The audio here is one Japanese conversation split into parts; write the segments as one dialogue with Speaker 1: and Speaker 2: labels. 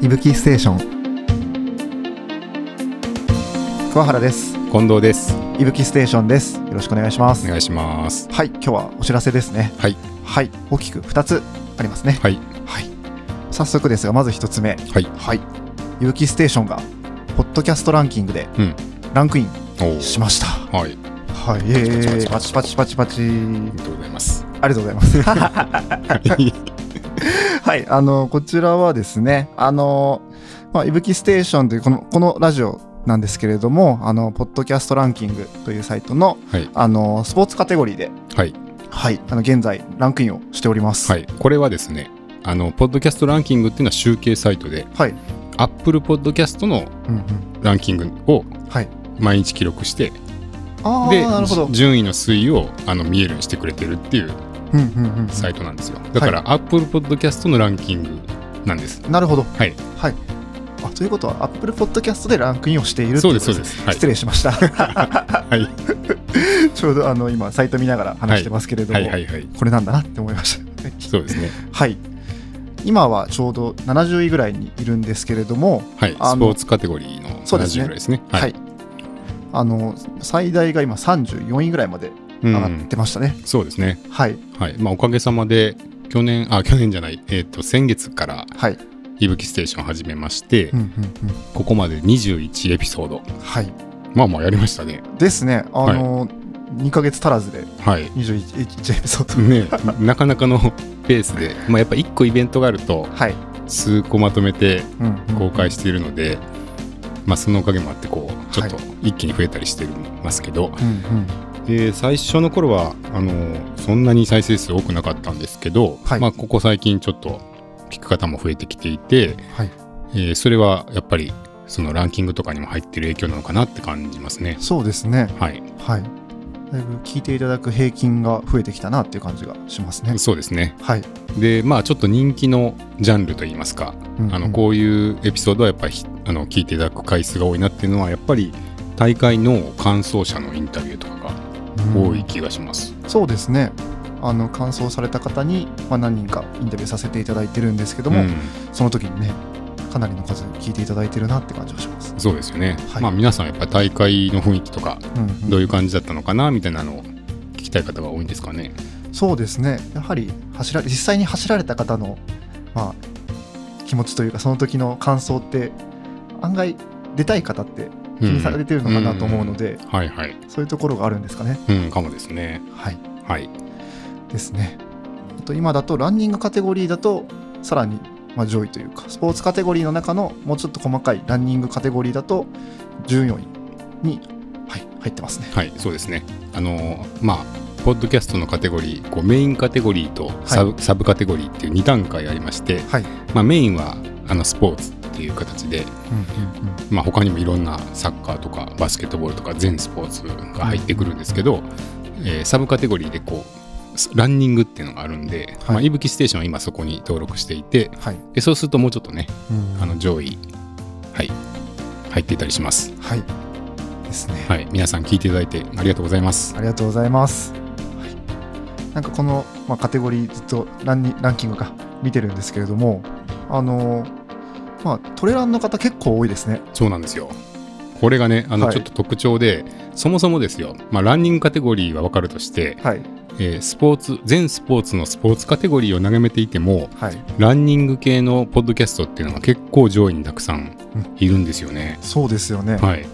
Speaker 1: いぶきステーション桑原です
Speaker 2: 近藤です。
Speaker 1: いぶきステーションですよろしくお願いします
Speaker 2: お願いします。
Speaker 1: はい今日はお知らせですね
Speaker 2: はい
Speaker 1: はい大きく2つありますね
Speaker 2: はい
Speaker 1: はい早速ですがまず1つ目
Speaker 2: はい。
Speaker 1: はいいぶきステーションがポッドキャストランキングで
Speaker 2: うん。
Speaker 1: ランクイン
Speaker 2: おー
Speaker 1: しました
Speaker 2: はい。
Speaker 1: はいえーパ
Speaker 2: パ
Speaker 1: チ
Speaker 2: チ
Speaker 1: パ
Speaker 2: パ
Speaker 1: チ
Speaker 2: チ
Speaker 1: パチパチ
Speaker 2: ありがとうございます。
Speaker 1: ありがとうござい ます
Speaker 2: はい。
Speaker 1: はい、あの、こちらはですね、あの、まあ、いぶきステーションというこの、このラジオなんですけれども、あの、ポッドキャストランキングというサイトの、
Speaker 2: はい
Speaker 1: あの、スポーツカテゴリーで、
Speaker 2: はい。
Speaker 1: はい、あの、現在、ランクインをしております。
Speaker 2: はい。これはですね、あの、ポッドキャストランキングっていうのは集計サイトで、
Speaker 1: はい。
Speaker 2: Apple Podcast の
Speaker 1: うんうん。
Speaker 2: ランキングを
Speaker 1: はい。
Speaker 2: 毎日記録して、
Speaker 1: あ
Speaker 2: で
Speaker 1: あ、なるほど。
Speaker 2: 順位の推移をあの見えるようにしてくれてるっていう
Speaker 1: うんうんうん
Speaker 2: サイトなんですよ。だから、Apple Podcast のランキングなんです。
Speaker 1: うん。なるほど。
Speaker 2: はい。
Speaker 1: はい。あ、ということは、Apple Podcast でランクインをしている
Speaker 2: そうです、
Speaker 1: と
Speaker 2: そ
Speaker 1: いうことで
Speaker 2: で
Speaker 1: す。
Speaker 2: す。はい
Speaker 1: 失。礼しました。
Speaker 2: はい。
Speaker 1: ちょうどあの今サイト見ながら話してますけれども、
Speaker 2: はい、はい、はい。
Speaker 1: これなんだなって思いました。
Speaker 2: そうですね。
Speaker 1: はい、今はちょうど70位ぐらいにいるんですけれども、
Speaker 2: はい。スポ
Speaker 1: あの
Speaker 2: ーツカテゴリーの
Speaker 1: そうですね
Speaker 2: 70ぐらいですね。
Speaker 1: はいあの最大が今34位ぐらいまで
Speaker 2: う
Speaker 1: 上
Speaker 2: ん
Speaker 1: がってましたね。
Speaker 2: そうですね。
Speaker 1: はい、
Speaker 2: はい。まあ、おかげさまで、去年、あ、去年じゃない、えっ、と、先月から、
Speaker 1: はい、
Speaker 2: いぶきステーションを始めまして、
Speaker 1: うんうんう
Speaker 2: ここまで21エピソード。
Speaker 1: んはい、
Speaker 2: まあまあやりましたね。
Speaker 1: ですね、あの、2ヶ月足らずで
Speaker 2: はい。
Speaker 1: 21エピソード、
Speaker 2: ね、 なかなかのペースで、まあやっぱ1個イベントがあると、
Speaker 1: はい、
Speaker 2: 数個まとめて
Speaker 1: うんうん
Speaker 2: 公開しているので、まあそのおかげもあって、こう、ちょっと一気に増えたりしてますけど、
Speaker 1: うんうん
Speaker 2: で最初の頃はあのそんなに再生数多くなかったんですけど、
Speaker 1: はい
Speaker 2: まあ、ここ最近ちょっと聞く方も増えてきていて、
Speaker 1: はい、
Speaker 2: えーそれはやっぱりそのランキングとかにも入ってる影響なのかなって感じますね。
Speaker 1: そうですね、
Speaker 2: はい、
Speaker 1: はい、だいぶ聞いていただく平均が増えてきたなっていう感じがしますね。
Speaker 2: そうですね。
Speaker 1: はい、
Speaker 2: で、まあちょっと人気のジャンルといいますか、あのこういうエピソードはやっぱりあの聞いていただく回数が多いなっていうのはやっぱり大会の感想者のインタビューとかが
Speaker 1: うん
Speaker 2: 多い気がします。
Speaker 1: そうですね。あの完走された方に、まあ、何人かインタビューさせていただいてるんですけども、
Speaker 2: うん
Speaker 1: その時にねかなりの数聞いていただいてるなって感じがします。
Speaker 2: そうですよね。
Speaker 1: はい
Speaker 2: まあ皆さんやっぱり大会の雰囲気とか
Speaker 1: うんうん
Speaker 2: どういう感じだったのかなみたいなのを聞きたい方が多いんですかね。
Speaker 1: そうですねやはり走ら実際に走られた方の、まあ、気持ちというかその時の感想って案外出たい方って気にされてるのかなと思うので、
Speaker 2: うんはいはい。
Speaker 1: そういうところがあるんですかね。
Speaker 2: うん、かもですね。
Speaker 1: はい、
Speaker 2: はい。
Speaker 1: ですね。あと今だとランニングカテゴリーだとさらにまあ上位というかスポーツカテゴリーの中のもうちょっと細かいランニングカテゴリーだと14位に、はい、入ってますね。
Speaker 2: はい、そうですね。あのーまあ、ポッドキャストのカテゴリー、こうメインカテゴリーとサブ,、サブカテゴリーっていう2段階ありまして、
Speaker 1: はい、
Speaker 2: まあ、メインはあのスポーツっていう形で、
Speaker 1: うんうんうん
Speaker 2: まあ、他にもいろんなサッカーとかバスケットボールとか全スポーツが入ってくるんですけど、えーサブカテゴリーでこうランニングっていうのがあるんで、
Speaker 1: はい
Speaker 2: まあ、いぶきステーションは今そこに登録していて
Speaker 1: はい、
Speaker 2: でそうするともうちょっとね
Speaker 1: うん
Speaker 2: あの上位、はい、入っていたりします。
Speaker 1: はいですね、
Speaker 2: はい、皆さん聞いていただいてありがとうございます。
Speaker 1: ありがとうございます。なんかこの、まあ、カテゴリーずっとランにランキングか見てるんですけれどもあのまあトレランの方結構多いですね。
Speaker 2: そうなんですよ。これがね、あの
Speaker 1: はい
Speaker 2: ちょっと特徴で、そもそもですよ、まあ、ランニングカテゴリーは分かるとして、
Speaker 1: はい
Speaker 2: えースポーツ、全スポーツのスポーツカテゴリーを眺めていても、
Speaker 1: はい
Speaker 2: ランニング系のポッドキャストっていうのが結構上位にたくさんいるんですよね。
Speaker 1: そうですよね。
Speaker 2: はい。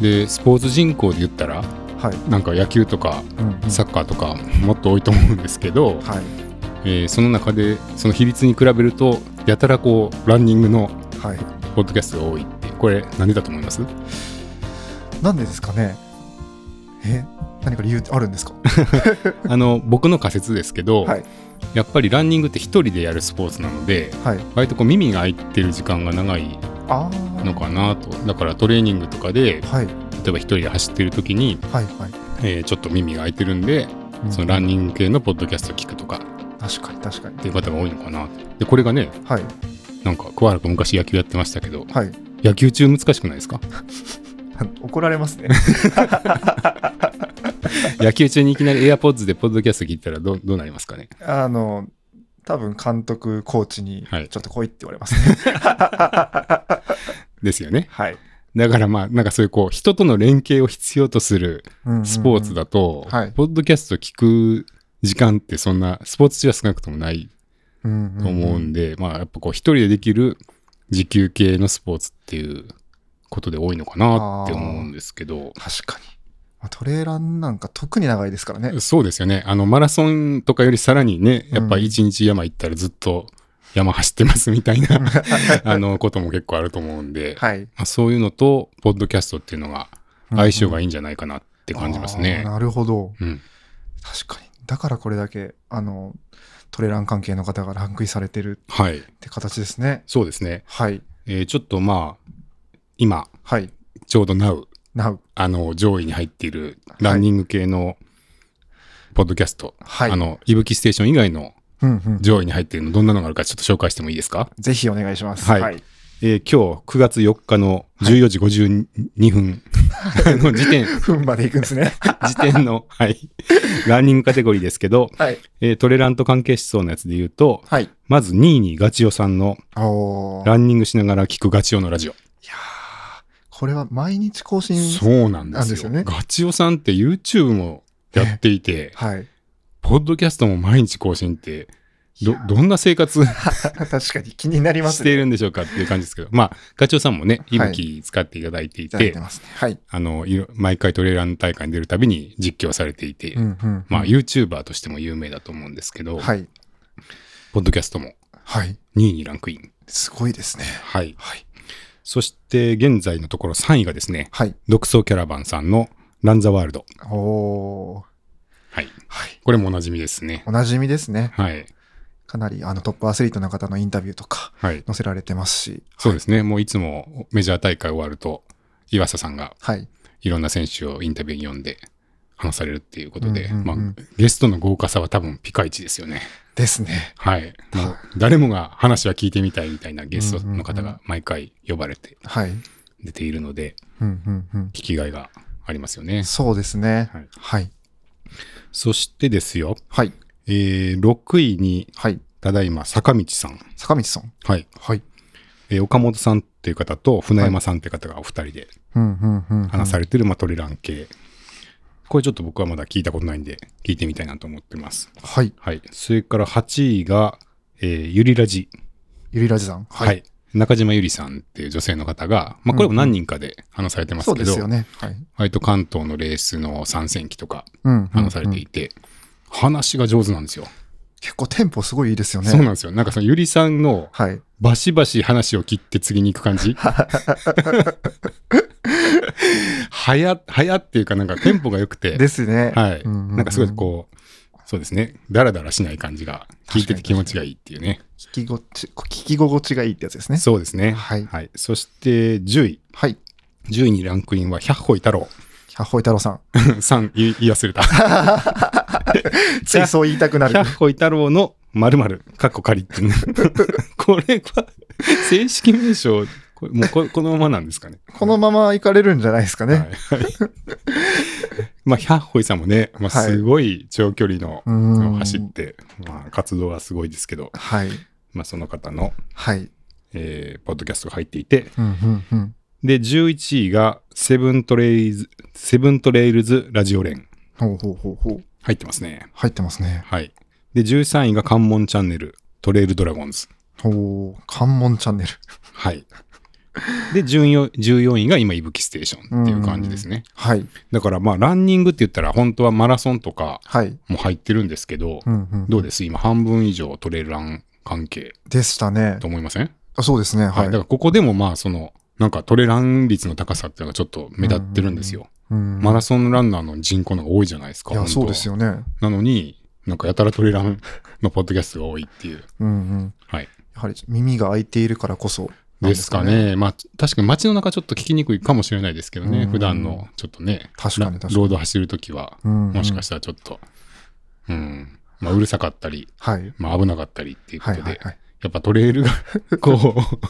Speaker 2: で、スポーツ人口で言ったら、
Speaker 1: はい、
Speaker 2: なんか野球とか
Speaker 1: うんうん
Speaker 2: サッカーとかもっと多いと思うんですけど、
Speaker 1: はい
Speaker 2: えーその中でその比率に比べるとやたらこうランニングの
Speaker 1: はい、
Speaker 2: ポッドキャストが多いってこれ何でだと思います
Speaker 1: なんでですかねえ何か理由ってあるんですか
Speaker 2: あの僕の仮説ですけど、
Speaker 1: はい
Speaker 2: やっぱりランニングって一人でやるスポーツなので
Speaker 1: はい
Speaker 2: 割とこう耳が開いてる時間が長い
Speaker 1: ああ
Speaker 2: のかなとだからトレーニングとかで
Speaker 1: はい
Speaker 2: 例えば一人で走ってる時に、
Speaker 1: はいはい、
Speaker 2: えーちょっと耳が開いてるんで
Speaker 1: うん
Speaker 2: そのランニング系のポッドキャストを聞くとかっ
Speaker 1: 確かに確かに
Speaker 2: ていう方が多いのかなでこれがね
Speaker 1: はい
Speaker 2: なんか桑原君昔野球やってましたけど
Speaker 1: はい
Speaker 2: 野球中難しくないですか
Speaker 1: 怒られ ますね
Speaker 2: 野球中にいきなりエアポッズでポッドキャスト聞いたらどうどうなりますかね
Speaker 1: あの多分監督、コーチに、
Speaker 2: はい
Speaker 1: ちょっと来いって言われ ますね。
Speaker 2: ですよね。
Speaker 1: はい。
Speaker 2: だからまあ、なんかそういうこう、人との連携を必要とする
Speaker 1: うんうんうん
Speaker 2: スポーツ。だと、
Speaker 1: はい
Speaker 2: ポッドキャスト聞く時間ってそんな、スポーツ中は少なくともない
Speaker 1: うん
Speaker 2: と思うんで、まあやっぱこう、一人でできる時給系のスポーツっていうことで多いのかなって思うんですけど、
Speaker 1: 確かに。まあトレーランなんか特に長いですからね。
Speaker 2: そうですよね。あの、マラソンとかよりさらにね、やっぱ
Speaker 1: うん
Speaker 2: 一日山行ったらずっと山走ってますみたい な、あの、ことも結構あると思うんで、
Speaker 1: はい。
Speaker 2: まあ、そういうのと、ポッドキャストっていうのが相性が
Speaker 1: いいっ
Speaker 2: いいんじゃないかなって感じますね。
Speaker 1: なるほど。
Speaker 2: うん。
Speaker 1: 確かに。だからこれだけ、あの、トレーラン関係の方がランクインされてる
Speaker 2: はい。
Speaker 1: って形ですね。
Speaker 2: そうですね。
Speaker 1: はい。
Speaker 2: えーちょっとまあ、今、
Speaker 1: はい。
Speaker 2: ちょうど Now、
Speaker 1: なう。
Speaker 2: あの、上位に入っているランニング系の、ポッドキャスト、
Speaker 1: はい。
Speaker 2: あ、の、いぶきステーション以外の
Speaker 1: うんうん。
Speaker 2: 上位に入っているの、どんなのがあるかちょっと紹介してもいいですか
Speaker 1: ぜひお願いします。
Speaker 2: はい
Speaker 1: はい。
Speaker 2: えー今日9月4日の14時52分 の時 点、
Speaker 1: ふんまでいくんですね。
Speaker 2: 時点の、はい、ランニングカテゴリーですけど、
Speaker 1: はい。
Speaker 2: えートレランと関係しそうなやつで言うと、
Speaker 1: はい。
Speaker 2: まず2位にガチオさんの
Speaker 1: おー。
Speaker 2: ランニングしながら聞くガチオのラジオ。
Speaker 1: いやーこれは毎日更新。
Speaker 2: そうなんですよ
Speaker 1: なんですよね
Speaker 2: ガチオさんって YouTube もやってい て、
Speaker 1: はい。
Speaker 2: ポッドキャストも毎日更新って、ど、どんな生活し
Speaker 1: 確かに気になります
Speaker 2: てい
Speaker 1: ね。
Speaker 2: るんでしょうかっていう感じですけど、まあ、ガチオさんもね、
Speaker 1: い
Speaker 2: いぶき使っていただいてい
Speaker 1: いただい
Speaker 2: て、
Speaker 1: てますね。はい。
Speaker 2: あの、いろ毎回トレーラン大会に出るたびに実況されていて、
Speaker 1: うんうん。
Speaker 2: まあ、YouTuber としても有名だと思うんですけど、
Speaker 1: はい。
Speaker 2: ポッドキャストも
Speaker 1: はい。
Speaker 2: 2位にランクイン。
Speaker 1: すごいですね。
Speaker 2: はい。
Speaker 1: はい。
Speaker 2: そして、現在のところ3位がですね、
Speaker 1: はい。
Speaker 2: 独創キャラバンさんのランザワールド。
Speaker 1: おー。
Speaker 2: はい。
Speaker 1: はい。
Speaker 2: これもおなじみですね。
Speaker 1: おなじみですね。
Speaker 2: はい。
Speaker 1: かなりあのトップアスリートの方のインタビューとか
Speaker 2: はい。
Speaker 1: 載せられてますし。
Speaker 2: そうですね。もういつもメジャー大会終わると、岩佐さんが
Speaker 1: はい。
Speaker 2: いろんな選手をインタビューに読んで話されるっていうことで、
Speaker 1: うんうんうん
Speaker 2: まあ、ゲストの豪華さは多分ピカイチですよね。
Speaker 1: ですね。
Speaker 2: はい。もう誰もが話は聞いてみたいみたいなゲストの方が毎回呼ばれて
Speaker 1: はい。
Speaker 2: 出ているので、
Speaker 1: うんうんうん。
Speaker 2: 聞きがいがありますよね。
Speaker 1: そうですね
Speaker 2: はい。
Speaker 1: はい。
Speaker 2: そしてですよ、
Speaker 1: はい。
Speaker 2: えー、6位に、
Speaker 1: はい。
Speaker 2: ただいま坂道さん。
Speaker 1: 坂道さん。
Speaker 2: はい。
Speaker 1: はい。
Speaker 2: えー岡本さんっていう方と船山さんっていう方がお二人で
Speaker 1: うんうんうんうん。
Speaker 2: 話されてる、まあ、トレラン系。これちょっと僕はまだ聞いたことないんで、聞いてみたいなと思ってます。
Speaker 1: はい。
Speaker 2: はい。それから8位が、えーゆりラジ。
Speaker 1: ゆりラジさん。
Speaker 2: はい。。中島ゆりさんっていう女性の方が、まあ、これも何人かで話されてます
Speaker 1: そう
Speaker 2: け
Speaker 1: で
Speaker 2: ど、
Speaker 1: すよね。はい。
Speaker 2: 割と関東のレースの参戦期とか
Speaker 1: うん。
Speaker 2: 話されていて、話が上手なんですよ。
Speaker 1: 結構テンポすごいいいですよね。
Speaker 2: そうなんですよ。なんかそのゆりさんの
Speaker 1: はい。
Speaker 2: バシバシ話を切って次に行く感 じ。早、早っていうかなんかテンポが良くて。
Speaker 1: ですね。
Speaker 2: はい。
Speaker 1: うんうんうん
Speaker 2: なんかすごいこう、そうですね。ダラダラしない感じが、聞いてて気持ちがいいっていうね。
Speaker 1: 聞きごち、聞き心地がいいってやつですね。
Speaker 2: そうですね。
Speaker 1: はい
Speaker 2: そして、10位。
Speaker 1: はい。
Speaker 2: 10位にランクインは、百歩太郎。
Speaker 1: 百歩太郎さん。
Speaker 2: さん、言い言い忘れた。
Speaker 1: ついそう言いたくなる。
Speaker 2: 百歩太郎の〇〇、かっこ仮っていうね これは、正式名称、これもうここのままなんですかね。
Speaker 1: このまま行かれるんじゃないですか
Speaker 2: はい。
Speaker 1: ね。
Speaker 2: はいまあ、百歩さんもね、まあ、
Speaker 1: はい
Speaker 2: すごい長距離の、
Speaker 1: うーん
Speaker 2: 走って、まあ、活動はすごいですけど、
Speaker 1: はい。
Speaker 2: まあ、その方の、
Speaker 1: はい。
Speaker 2: えーポッドキャストが入っていて、
Speaker 1: うんうんうん。
Speaker 2: で、11位がセブントレイズ、セブントレイルズラジオ連。
Speaker 1: ほうほうほうほう。
Speaker 2: 入ってますね。
Speaker 1: 入ってますね。
Speaker 2: はい。で、13位が関門チャンネル、トレイルドラゴンズ。
Speaker 1: ほう。関門チャンネル。
Speaker 2: はい。で、14 14位が今、いぶきステーションっていう感じですね。
Speaker 1: はい。
Speaker 2: だからまあ、ランニングって言ったら、本当はマラソンとか
Speaker 1: はい。
Speaker 2: も入ってるんですけど、
Speaker 1: うんうん。
Speaker 2: どうです今、半分以上トレイルラン関係
Speaker 1: でしたね
Speaker 2: と。思いません
Speaker 1: あそうですね。
Speaker 2: は。
Speaker 1: はいい。
Speaker 2: だから、ここでもまあ、その、なんかトレラン率の高さっていうのがちょっと目立ってるんですよ。
Speaker 1: うん
Speaker 2: マラソンランナーの人口の方が多いじゃないですか。
Speaker 1: いや、
Speaker 2: 本当
Speaker 1: そ
Speaker 2: は
Speaker 1: うですよね。
Speaker 2: なのに、なんかやたらトレランのポッドキャストが多いっていう。
Speaker 1: うんうん。
Speaker 2: はい。
Speaker 1: やはり耳が開いているからこそなん
Speaker 2: ですか。ね。まあ、確かに街の中ちょっと聞きにくいかもしれないですけど
Speaker 1: うんう
Speaker 2: ね。
Speaker 1: ん
Speaker 2: 普段の、ちょっとね。
Speaker 1: 確かに確かに
Speaker 2: ロード走るときは、
Speaker 1: うんうん
Speaker 2: もしかしたらちょっと、うん。まあ、うるさかったり、
Speaker 1: はい。
Speaker 2: まあ、危なかったりっていうこ
Speaker 1: は
Speaker 2: と
Speaker 1: い
Speaker 2: で、
Speaker 1: はいはい。
Speaker 2: やっぱトレイルが、 こう、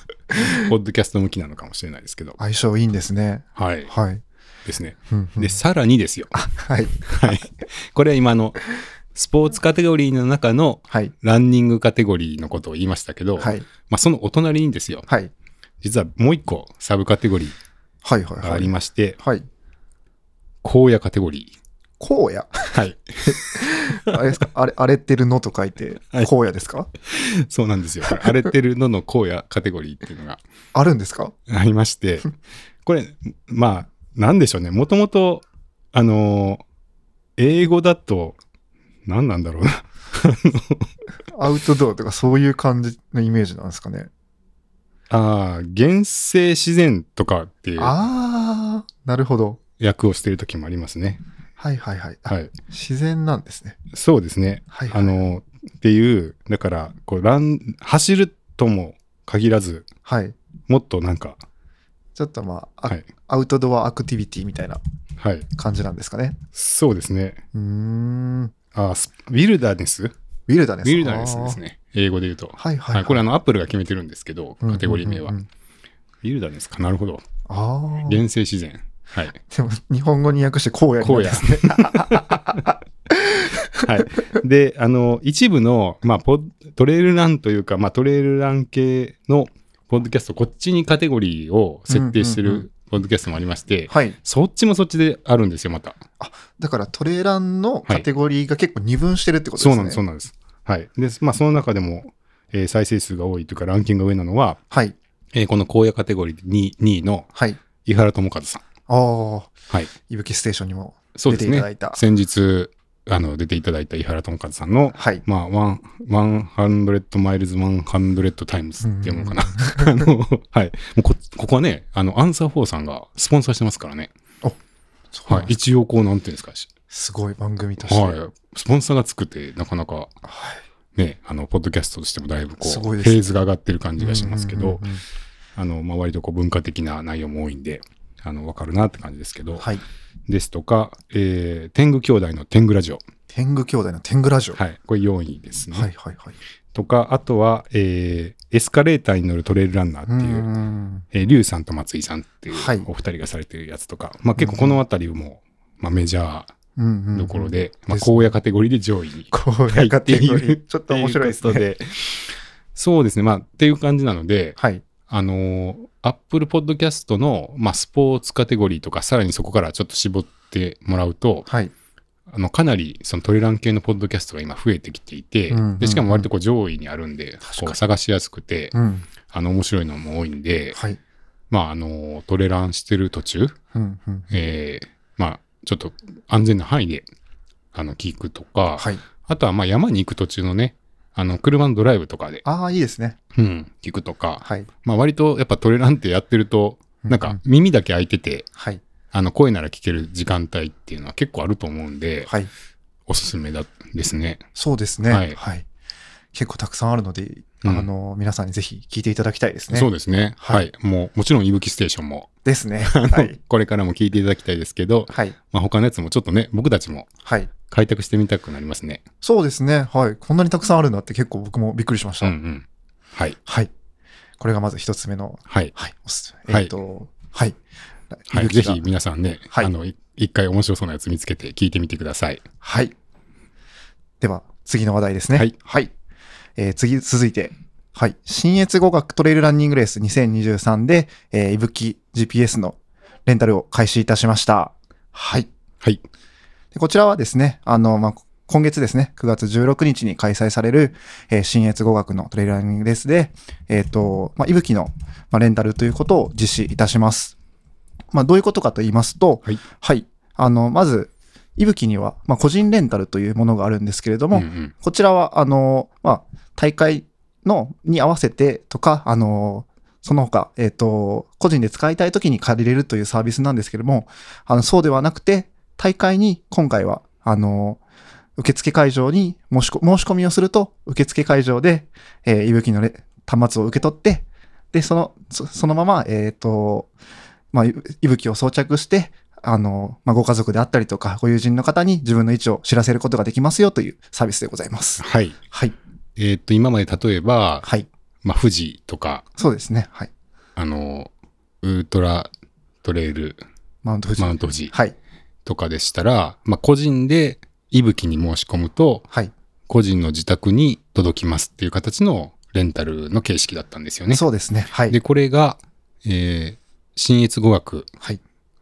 Speaker 2: ポッドキャスト向きなのかもしれないですけど。
Speaker 1: 相性いいんですね。
Speaker 2: はい。
Speaker 1: はい。
Speaker 2: ですね。
Speaker 1: うんうん
Speaker 2: で、さらにですよ。
Speaker 1: はい。
Speaker 2: はい。これは今の、スポーツカテゴリーの中の
Speaker 1: はい。
Speaker 2: ランニングカテゴリーのことを言いましたけど、
Speaker 1: はい。
Speaker 2: まあ、そのお隣にですよ、
Speaker 1: はい。
Speaker 2: 実はもう一個サブカテゴリー
Speaker 1: はい。はい。
Speaker 2: があ
Speaker 1: は
Speaker 2: り
Speaker 1: い。
Speaker 2: まして、
Speaker 1: はい。
Speaker 2: 荒野カテゴリ
Speaker 1: 荒野
Speaker 2: ー。はい。
Speaker 1: あれですかあれ、荒れてるのと書いて、
Speaker 2: はい
Speaker 1: 荒野ですか
Speaker 2: そうなんですよ。これ荒れてるのの荒野カテゴリーっていうのが
Speaker 1: あるんですか
Speaker 2: ありまして、これ、まあ、なんでしょうね。もともと、あのー英語だと、何なんだろうな。
Speaker 1: アウトドアとかそういう感じのイメージなんですかね。
Speaker 2: ああ、原生自然とかっていう
Speaker 1: あー、なるほど。
Speaker 2: 訳をしてる時もありますね。
Speaker 1: はいはいはい。あ
Speaker 2: はい。
Speaker 1: 自然なんですね。
Speaker 2: そうですね。
Speaker 1: はいは
Speaker 2: あ
Speaker 1: い。
Speaker 2: のーっていう、だから、こう、ラン、走るとも限らず、
Speaker 1: はい。
Speaker 2: もっとなんか、
Speaker 1: ちょっとまあ、あ
Speaker 2: はい。
Speaker 1: アウトドアアクティビティみたいな
Speaker 2: はい。
Speaker 1: 感じなんですかね。
Speaker 2: そうですね。
Speaker 1: うーん。ウ
Speaker 2: あースウィルダネスウ
Speaker 1: ィルダネス。
Speaker 2: ィルダネスです
Speaker 1: ね。
Speaker 2: ね。英語で言うと。
Speaker 1: はいはい、
Speaker 2: はい、これあの、アップルが決めてるんですけど、カテゴリー名は。
Speaker 1: うんう
Speaker 2: ウ
Speaker 1: んうん
Speaker 2: ィルダネスか。なるほど。
Speaker 1: ああ。で
Speaker 2: 原生自然。はい。
Speaker 1: も、日本語に訳して荒野になるん ですね。
Speaker 2: はい。で、あの、一部の、まあ、ポットレイルランというか、まあ、トレイルラン系のポッドキャスト、こっちにカテゴリーを設定して
Speaker 1: うんうんう
Speaker 2: るポッドキャストもありまして、
Speaker 1: はい。
Speaker 2: そっちもそっちであるんですよ、また。
Speaker 1: だからトレーランのカテゴリーが結構二分してるってことです
Speaker 2: そ
Speaker 1: ね。
Speaker 2: うなんです、そうなんです。はい。で、まあ、その中でも、えー再生数が多いというか、ランキングが上なのは、
Speaker 1: はい。
Speaker 2: えーこの荒野カテゴリー2 2位の
Speaker 1: はい。
Speaker 2: 伊原智和さん。
Speaker 1: ああ。
Speaker 2: はい。
Speaker 1: いぶきステーションにも
Speaker 2: そう
Speaker 1: 出て
Speaker 2: で
Speaker 1: い
Speaker 2: す
Speaker 1: ただ
Speaker 2: ね。
Speaker 1: いた。
Speaker 2: 先日、あの、出ていただいた伊原智和さんの、
Speaker 1: はい。
Speaker 2: まあ、ワン、ワンハンドレッドマイルズ、ワンハンドレッドタイムズって読むのかな。 あの、はい。もうこ、ここはね、あの、アンサー4さんがスポンサーしてますからね。
Speaker 1: そう
Speaker 2: は
Speaker 1: なんで
Speaker 2: い。
Speaker 1: す
Speaker 2: 一応こう、なんていうんですか。し
Speaker 1: すごい番組として。
Speaker 2: はい。スポンサーがつくって、なかなか、
Speaker 1: は
Speaker 2: ね、あの、ポッドキャストとしてもだいぶこ
Speaker 1: す
Speaker 2: う、
Speaker 1: ごい
Speaker 2: フェ
Speaker 1: ですね
Speaker 2: ーズが上がってる感じがしますけ
Speaker 1: うんうん
Speaker 2: ど
Speaker 1: う、ん
Speaker 2: あの、まあ、割とこう、文化的な内容も多いんで、あの、わかるなって感じですけ
Speaker 1: うん
Speaker 2: ど、
Speaker 1: はい。
Speaker 2: ですとか、えー、天狗兄弟の天狗ラジオ。
Speaker 1: 天狗兄弟の天狗ラジオ。は
Speaker 2: はい。これ4位です
Speaker 1: い
Speaker 2: ね。
Speaker 1: はいはい。
Speaker 2: とか、あとは、えーエスカレーターに乗るトレイルランナーっていう、
Speaker 1: ーん
Speaker 2: えー、リュウさんと松井さんっていう
Speaker 1: はい
Speaker 2: お二人がされてるやつとか、まあ結構この辺りも、まあメジャ
Speaker 1: うんうんう
Speaker 2: ー
Speaker 1: ん
Speaker 2: どころで、まあ
Speaker 1: ですね
Speaker 2: 荒野カテゴリーで上位に。
Speaker 1: こうやがってい
Speaker 2: 入っている
Speaker 1: く。ちょっと面白いです
Speaker 2: と
Speaker 1: ね。
Speaker 2: うことでそうですね。まあっていう感じなので、
Speaker 1: はい。
Speaker 2: あのー、Apple Podcast の、まあ、スポーツカテゴリーとか、さらにそこからちょっと絞ってもらうと、
Speaker 1: はい。
Speaker 2: あの、かなりそのトレラン系のポッドキャストが今増えてきていて、
Speaker 1: うんうんうん
Speaker 2: でしかも割とこう上位にあるんで、
Speaker 1: 確かに
Speaker 2: こう探しやすくて、
Speaker 1: うん。
Speaker 2: あの面白いのも多いんで、
Speaker 1: はい。
Speaker 2: まああのー、トレランしてる途中、
Speaker 1: うんうん。
Speaker 2: えーまあ、ちょっと安全な範囲で、あの、聞くとか、
Speaker 1: はい。
Speaker 2: あとは、まあ、山に行く途中のね、あの、車のドライブとかで、
Speaker 1: ああ、いいですね。
Speaker 2: うん、聞くとか、
Speaker 1: はい。
Speaker 2: まあ、割と、やっぱトレランってやってると、なん
Speaker 1: う
Speaker 2: か、耳だけ開いてて、
Speaker 1: はい。
Speaker 2: あの、声なら聞ける時間帯っていうのは結構あると思うんで、
Speaker 1: はい。
Speaker 2: おすすめだですね。
Speaker 1: そうですね。
Speaker 2: は
Speaker 1: はいい。結構たくさんあるので、
Speaker 2: うん
Speaker 1: あの、皆さんにぜひ聞いていただきたいですね。
Speaker 2: そうですね。は。
Speaker 1: はい
Speaker 2: もう、もちろん、いぶきステーションも、
Speaker 1: です ね。はい。
Speaker 2: これからも聞いていただきたいですけど、
Speaker 1: はい。
Speaker 2: まあ、他のやつもちょっとね、僕たちも
Speaker 1: はい。
Speaker 2: 開拓してみたくなりますね。
Speaker 1: そうですね。はい。こんなにたくさんあるんだって結構僕もびっくりしまし
Speaker 2: う
Speaker 1: た。
Speaker 2: んうん。はい。
Speaker 1: はい。これがまず一つ目の、
Speaker 2: はい。
Speaker 1: はい。おすすめ。
Speaker 2: はい
Speaker 1: えっと、はい。
Speaker 2: はい、
Speaker 1: ぶき
Speaker 2: ぜ
Speaker 1: が
Speaker 2: ひ皆さんね、
Speaker 1: はい
Speaker 2: あの、い一回面白そうなやつ見つけて聞いてみてください。
Speaker 1: はい。では、次の話題ですね。
Speaker 2: はい。
Speaker 1: えー次、続いて。はい。新越語学トレイルランニングレース2023で、えー、いぶき GPS のレンタルを開始いたしました。はい。
Speaker 2: はい。
Speaker 1: でこちらはですね、あの、まあ、今月ですね、9月16日に開催される、えー新越語学のトレイルランニングレースで、えっ、と、まあ、いぶきの、まあ、レンタルということを実施いたします。まあ、どういうことかと言いますと、
Speaker 2: はい。
Speaker 1: あの、まず、いぶきには、まあ、個人レンタルというものがあるんですけれども、
Speaker 2: うんうん
Speaker 1: こちらは、あの、まあ、大会の、に合わせてとか、あの、その他、えっ、と、個人で使いたい時に借りれるというサービスなんですけれども、あの、そうではなくて、大会に今回は、あの、受付会場に申しこ申し込みをすると、受付会場で、えー、いぶきのれ端末を受け取って、で、その、そそのまま、えっ、と、まあ、いいぶきを装着して、あの、まあ、ご家族であったりとか、ご友人の方に自分の位置を知らせることができますよというサービスでございます。
Speaker 2: はい。
Speaker 1: はい。
Speaker 2: えーっと、今まで例えば、
Speaker 1: はい。
Speaker 2: まあ、富士とか、
Speaker 1: そうですね。はい。
Speaker 2: あの、ウルトラトレイル、
Speaker 1: マウント富士。
Speaker 2: マウント富士
Speaker 1: はい。
Speaker 2: とかでしたら、まあ、個人で、いぶきに申し込むと、
Speaker 1: はい
Speaker 2: 個人の自宅に届きますっていう形のレンタルの形式だったんですよね。
Speaker 1: そうですね。はい。
Speaker 2: で、これが、えー、新越語学、
Speaker 1: はい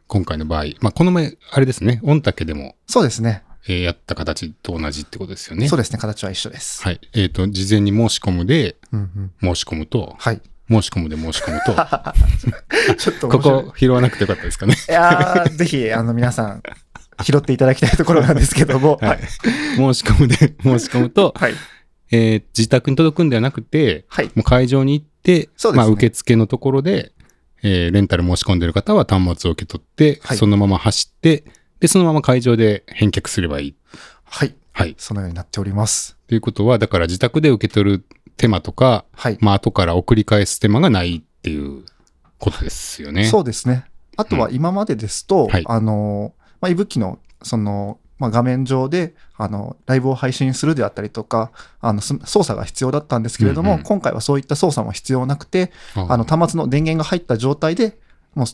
Speaker 2: 今回の場合、まあ、この前、あれですね、御嶽でも、
Speaker 1: そうですね
Speaker 2: えーやった形と同じってことですよね。
Speaker 1: そう
Speaker 2: う
Speaker 1: ですね。形は一緒です。
Speaker 2: はい。えっ、と、事前に申し込むで、
Speaker 1: うんうん
Speaker 2: 申し込むと、
Speaker 1: はい。
Speaker 2: 申し込むで申し込む と、
Speaker 1: ちょっと面
Speaker 2: こ
Speaker 1: 白い。
Speaker 2: こ拾わなくてよかった ですかね。
Speaker 1: いやーぜひ、あの、皆さん、拾っていただきたいところなんですけども。
Speaker 2: はい。申し込むで申し込むと、
Speaker 1: はい。
Speaker 2: えー自宅に届くんではなくて、
Speaker 1: はい。
Speaker 2: もう会場に行って、
Speaker 1: そうですね
Speaker 2: まあ、受付のところで、えーレンタル申し込んでる方は端末を受け取って、
Speaker 1: はい
Speaker 2: そのまま走って、で、そのまま会場で返却すればいい。
Speaker 1: はい。
Speaker 2: はい。
Speaker 1: そのようになっております。
Speaker 2: ということは、だから自宅で受け取る手間とか、
Speaker 1: はい。
Speaker 2: まあ、後から送り返す手間がないっていうことですよね。
Speaker 1: そうですね。あとは今までですと、
Speaker 2: はい
Speaker 1: あの、まあ、いぶきの、その、まあ、画面上で、あの、ライブを配信するであったりとか、あの、す操作が必要だったんですけれども、
Speaker 2: うんうん
Speaker 1: 今回はそういった操作も必要なくて、
Speaker 2: あ
Speaker 1: あの、端末の電源が入った状態で、もう、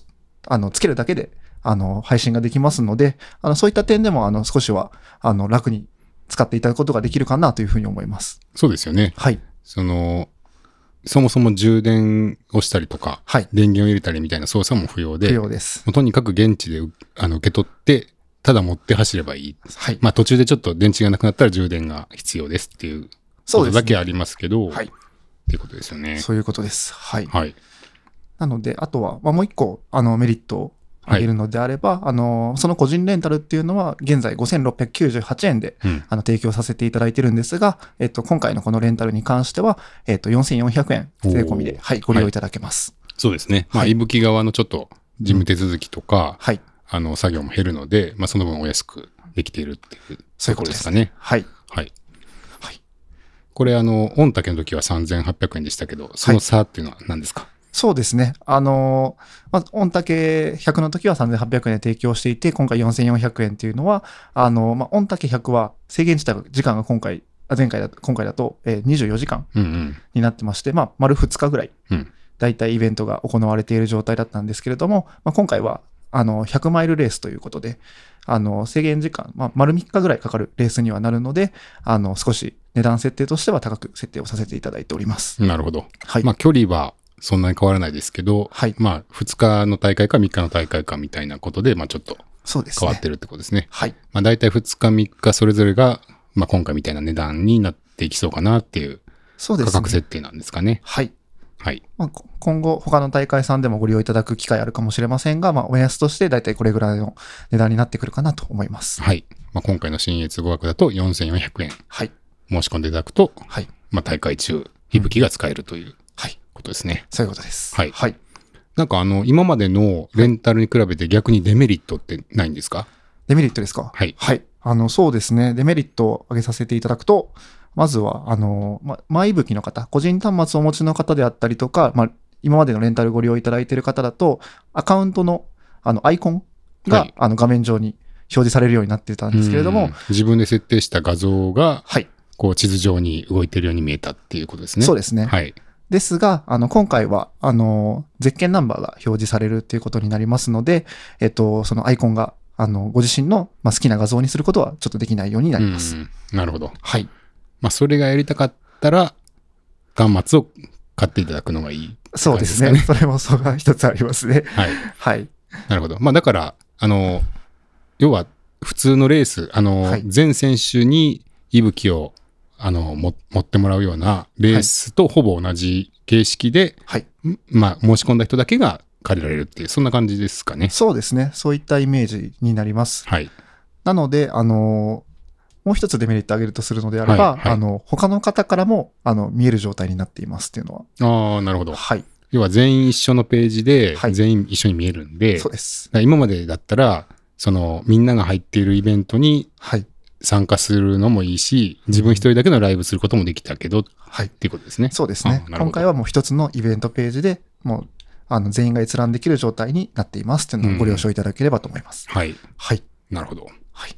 Speaker 1: あの、つけるだけで、あの、配信ができますので、あの、そういった点でも、あの、少しは、あの、楽に使っていただくことができるかなというふうに思います。
Speaker 2: そうですよね。
Speaker 1: はい。
Speaker 2: その、そもそも充電をしたりとか、
Speaker 1: はい。
Speaker 2: 電源を入れたりみたいな操作も不要で、
Speaker 1: 不要です。
Speaker 2: もうとにかく現地でうあの受け取って、ただ持って走ればいい。
Speaker 1: はい。
Speaker 2: まあ途中でちょっと電池がなくなったら充電が必要ですっていう
Speaker 1: そ
Speaker 2: こ
Speaker 1: うで
Speaker 2: と
Speaker 1: す、ね。
Speaker 2: だけありますけど、
Speaker 1: はい
Speaker 2: っていうことですよね。
Speaker 1: そういうことです。はい。
Speaker 2: はい。
Speaker 1: なので、あとは、まあ、もう一個、あの、メリットを挙げるのであれば、あの、その個人レンタルっていうのは、現在5698円で、
Speaker 2: うん。
Speaker 1: あの、提供させていただいてるんですが、えっと、今回のこのレンタルに関しては、えっと、4400円税込み
Speaker 2: お
Speaker 1: で
Speaker 2: ー、
Speaker 1: はい、ご利用いただけます。
Speaker 2: そうですね。まあ、
Speaker 1: はい
Speaker 2: いぶき側のちょっと事務手続きとか、
Speaker 1: はい。
Speaker 2: あの、作業も減るので、まあその分お安くできているっていう
Speaker 1: そういうこ
Speaker 2: とことと
Speaker 1: で
Speaker 2: です
Speaker 1: す
Speaker 2: か。ね。
Speaker 1: はい。
Speaker 2: はい。
Speaker 1: はい。
Speaker 2: これあの、御嶽の時は3800円でしたけど、その差っていうのは何ですか、
Speaker 1: そうですね。あのーまあ、御嶽100の時は3800円で提供していて、今回4400円っていうのは、あのーまあ、御嶽100は制限時間が今回、あ前回だ、今回だと、えー24時間
Speaker 2: うんうん。
Speaker 1: になってまして、まあ、丸2日ぐらい
Speaker 2: うん、
Speaker 1: だいたいイベントが行われている状態だったんですけれども、まあ、今回は、あの、100マイルレースということで、あの、制限時間、まあ、丸3日ぐらいかかるレースにはなるので、あの、少し値段設定としては高く設定をさせていただいております。
Speaker 2: なるほど。
Speaker 1: はい。
Speaker 2: まあ距離はそんなに変わらないですけど、
Speaker 1: はい。
Speaker 2: まあ2日の大会か3日の大会かみたいなことで、まあちょっと
Speaker 1: そうですね。
Speaker 2: 変わってるってことですね。
Speaker 1: はい。
Speaker 2: まあ大体2日3日それぞれが、まあ今回みたいな値段になっていきそうかなっていう
Speaker 1: そうで
Speaker 2: 価
Speaker 1: す
Speaker 2: 格
Speaker 1: ね。
Speaker 2: 設定なんですかね。
Speaker 1: はい。
Speaker 2: はい。
Speaker 1: まあ、こ今後、他の大会さんでもご利用いただく機会あるかもしれませんが、まあ、お安として大体これぐらいの値段になってくるかなと思います。
Speaker 2: はい。まあ今回の新越語学だと4400円
Speaker 1: はい。
Speaker 2: 申し込んでいただくと、
Speaker 1: はい。
Speaker 2: まあ大会中、息吹が使えるという
Speaker 1: はい。
Speaker 2: ことですね。
Speaker 1: そういうことです。
Speaker 2: はい
Speaker 1: はい。
Speaker 2: なんかあの、今までのレンタルに比べて逆にデメリットってないんですか
Speaker 1: デメリットですか
Speaker 2: はい
Speaker 1: はい。あの、そうですね。デメリットを挙げさせていただくと、まずは、あの、ま、前吹きの方、個人端末をお持ちの方であったりとか、まあ、今までのレンタルご利用いただいている方だと、アカウントの、あの、アイコンが、
Speaker 2: はい
Speaker 1: あの、画面上に表示されるようになってたんですけれど
Speaker 2: う
Speaker 1: も
Speaker 2: ん、自分で設定した画像が、
Speaker 1: はい。
Speaker 2: こう地図上に動いてるように見えたっていうことですね。
Speaker 1: そう
Speaker 2: で
Speaker 1: ですね。
Speaker 2: はい。
Speaker 1: ですが、あの、今回は、あの、絶景ナンバーが表示されるっていうことになりますので、えっと、そのアイコンが、あの、ご自身の、まあ、好きな画像にすることはちょっとできないようになります。
Speaker 2: うんなるほど。
Speaker 1: はい。
Speaker 2: まあ、それがやりたかったら、端末を買っていただくのがいい。
Speaker 1: そうですね。
Speaker 2: 感じ
Speaker 1: それもそうが一つありますね。
Speaker 2: はい。
Speaker 1: はい。
Speaker 2: なるほど。まあ、だから、あの、要は、普通のレース、あの、
Speaker 1: はい
Speaker 2: 全選手に息吹を、あの、も持ってもらうようなレースとほぼ同じ形式で、
Speaker 1: はい。
Speaker 2: んまあ、申し込んだ人だけが借りられるっていう、そんな感じですかね。
Speaker 1: そうですね。そういったイメージになります。
Speaker 2: はい。
Speaker 1: なので、あの、もう一つデメリット挙げるとするのであれば、
Speaker 2: はいはい
Speaker 1: あの、他の方からも、あの、見える状態になっていますっていうの
Speaker 2: ああ、なる
Speaker 1: は。
Speaker 2: ほど。
Speaker 1: はい。
Speaker 2: 要は、全員一緒のページで
Speaker 1: は、い
Speaker 2: 全員一緒に見えるんで、
Speaker 1: そうです
Speaker 2: だ。から今までだったら、その、みんなが入っているイベントに
Speaker 1: はい。
Speaker 2: 参加するのもいいし、自分一人だけのライブすることもできたけど、っ
Speaker 1: はい。
Speaker 2: ていうことですね。
Speaker 1: そうですね
Speaker 2: あ。なるほど
Speaker 1: 今回はもう一つのイベントページで、もう、あの、全員が閲覧できる状態になっていますっていうのをご了承いただければと思います。
Speaker 2: はい。
Speaker 1: はい。
Speaker 2: なるほど。
Speaker 1: はい。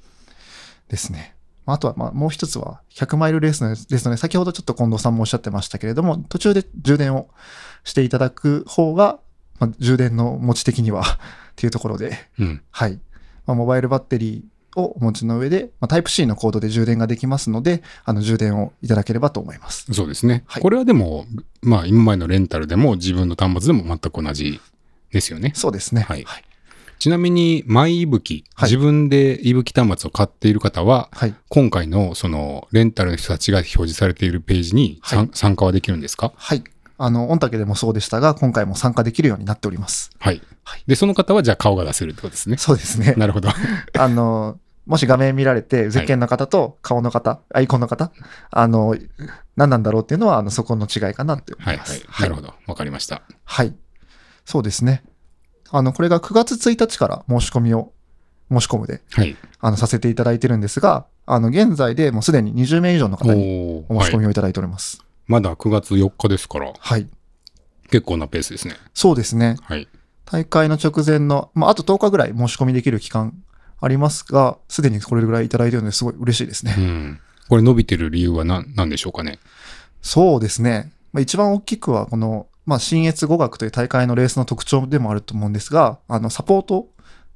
Speaker 1: ですね。まああとは、まあ、もう一つは、100マイルレースのですので、先ほどちょっと近藤さんもおっしゃってましたけれども、途中で充電をしていただく方が、まあ、充電の持ち的にはっていうところで、
Speaker 2: うん。
Speaker 1: はい。まあ、モバイルバッテリーをお持ちの上で、まあ、タイプ C のコードで充電ができますので、あの充電をいただければと思います。
Speaker 2: そうですね。
Speaker 1: はい
Speaker 2: これはでも、まあ、今前のレンタルでも自分の端末でも全く同じですよね。
Speaker 1: そうですね。
Speaker 2: はい
Speaker 1: はい。
Speaker 2: ちなみに、マイいぶき、
Speaker 1: はい
Speaker 2: 自分でいぶき端末を買っている方は、
Speaker 1: はい
Speaker 2: 今回のそのレンタルの人たちが表示されているページに参、
Speaker 1: はい
Speaker 2: 参加はできるんですか
Speaker 1: はい。あの、御嶽でもそうでしたが、今回も参加できるようになっております。
Speaker 2: はい
Speaker 1: はい。
Speaker 2: で、その方はじゃあ顔が出せるってことですね。
Speaker 1: そうですね。
Speaker 2: なるほど。
Speaker 1: あの、もし画面見られて、絶景の方と顔の方、アイコンの方、あの、何なんだろうっていうのは、あの、そこの違いかなって思
Speaker 2: はい
Speaker 1: いま
Speaker 2: はい
Speaker 1: す。。
Speaker 2: なるほど。わかりました。
Speaker 1: はい。そうですね。あの、これが9月1日から申し込みを、申し込むで、
Speaker 2: はい。
Speaker 1: あの、させていただいてるんですが、あの、現在でもうすでに20名以上の方に
Speaker 2: おー
Speaker 1: お申し込
Speaker 2: はい。
Speaker 1: みをいただいております。
Speaker 2: まだ9月4日ですから、
Speaker 1: はい。
Speaker 2: 結構なペースですね。
Speaker 1: そうですね。
Speaker 2: はい。
Speaker 1: 大会の直前の、まあ、あと10日ぐらい申し込みできる期間ありますが、すでにこれぐらいいただいてるのですごい嬉しいですね。
Speaker 2: うん。これ伸びてる理由は何、なんでしょうかね。
Speaker 1: そうですね。まあ、一番大きくは、この、まあ、新越語学という大会のレースの特徴でもあると思うんですが、あの、サポート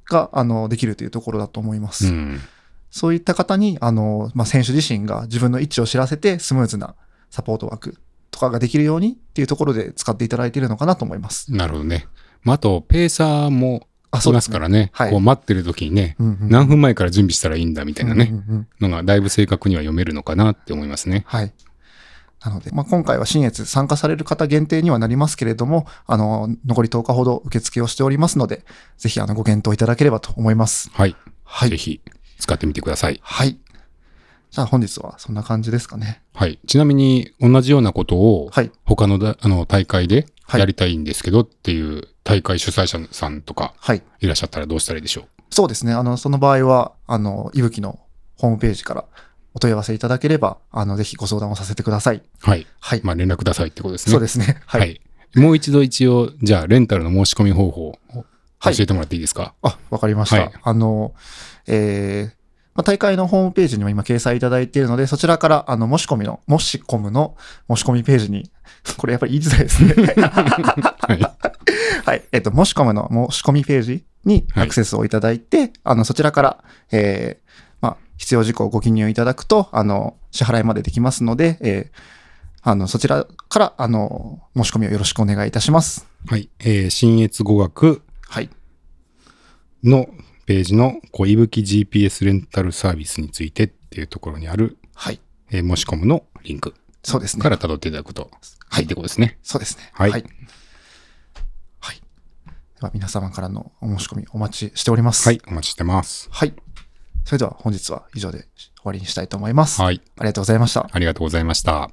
Speaker 1: が、あの、できるというところだと思います。
Speaker 2: うん。
Speaker 1: そういった方に、あの、まあ、選手自身が自分の位置を知らせて、スムーズなサポート枠とかができるようにっていうところで使っていただいているのかなと思います。
Speaker 2: なるほどね。まあ、あと、ペーサーも
Speaker 1: あ
Speaker 2: いますか。らね、
Speaker 1: はい
Speaker 2: こう待ってる時にね、
Speaker 1: うんうん、
Speaker 2: 何分前から準備したらいいんだみたいなね、
Speaker 1: うんうんうん
Speaker 2: のがだいぶ正確には読めるのかなって思いますね。
Speaker 1: はい。なので、まあ、今回は新越参加される方限定にはなりますけれども、あの、残り10日ほど受付をしておりますので、ぜひあのご検討いただければと思います。
Speaker 2: はい。
Speaker 1: は
Speaker 2: ぜ
Speaker 1: い。
Speaker 2: ひ使ってみてください。
Speaker 1: はい。じゃあ本日はそんな感じですかね。
Speaker 2: はい。ちなみに、同じようなことを、
Speaker 1: はい。
Speaker 2: 他のだあの大会で
Speaker 1: はい
Speaker 2: やりたいんですけどっていう大会主催者さんとか
Speaker 1: はい。
Speaker 2: いらっしゃったらどうしたらいいでしょ
Speaker 1: そうですね。あの、その場合は、あの、いぶきのホームページからお問い合わせいただければ、あの、ぜひご相談をさせてください。
Speaker 2: うはい。
Speaker 1: はい。
Speaker 2: まあ連絡くださいってことですね。。
Speaker 1: そうですすね。は。
Speaker 2: はいい。もう一度一応、じゃあレンタルの申し込み方法を教
Speaker 1: はい
Speaker 2: えてもらっていいですか
Speaker 1: あ、わかりました。
Speaker 2: はい
Speaker 1: あの、えーまあ、大会のホームページにも今掲載いただいているので、そちらから、あの、申し込みの、申し込むの申し込みページに、 これやっぱり言いづらいですね。
Speaker 2: はい。
Speaker 1: はい。えっ、と、申し込むの申し込みページに
Speaker 2: はい
Speaker 1: アクセスをいただいて、あの、そちらから、えーまあ、必要事項をご記入いただくと、あの、支払いまでできますので、えーあの、そちらから、あの、申し込みをよろしくお願いいたします。
Speaker 2: はい。えー、新越語学
Speaker 1: はい。
Speaker 2: のページの、こう、いぶき GPS レンタルサービスについてっていうところにある、
Speaker 1: はい。
Speaker 2: えー申し込むのリンク
Speaker 1: そうですね
Speaker 2: か。ら辿っていただくと、はい、ってことですね。
Speaker 1: そうですね。
Speaker 2: はい
Speaker 1: はい。はいでは皆様からのお申し込みお待ちしております。
Speaker 2: は。い、お待ちしてます。
Speaker 1: はい。それでは本日は以上で終わりにしたいと思います。
Speaker 2: はい、
Speaker 1: ありがとうございました。
Speaker 2: ありがとうございました。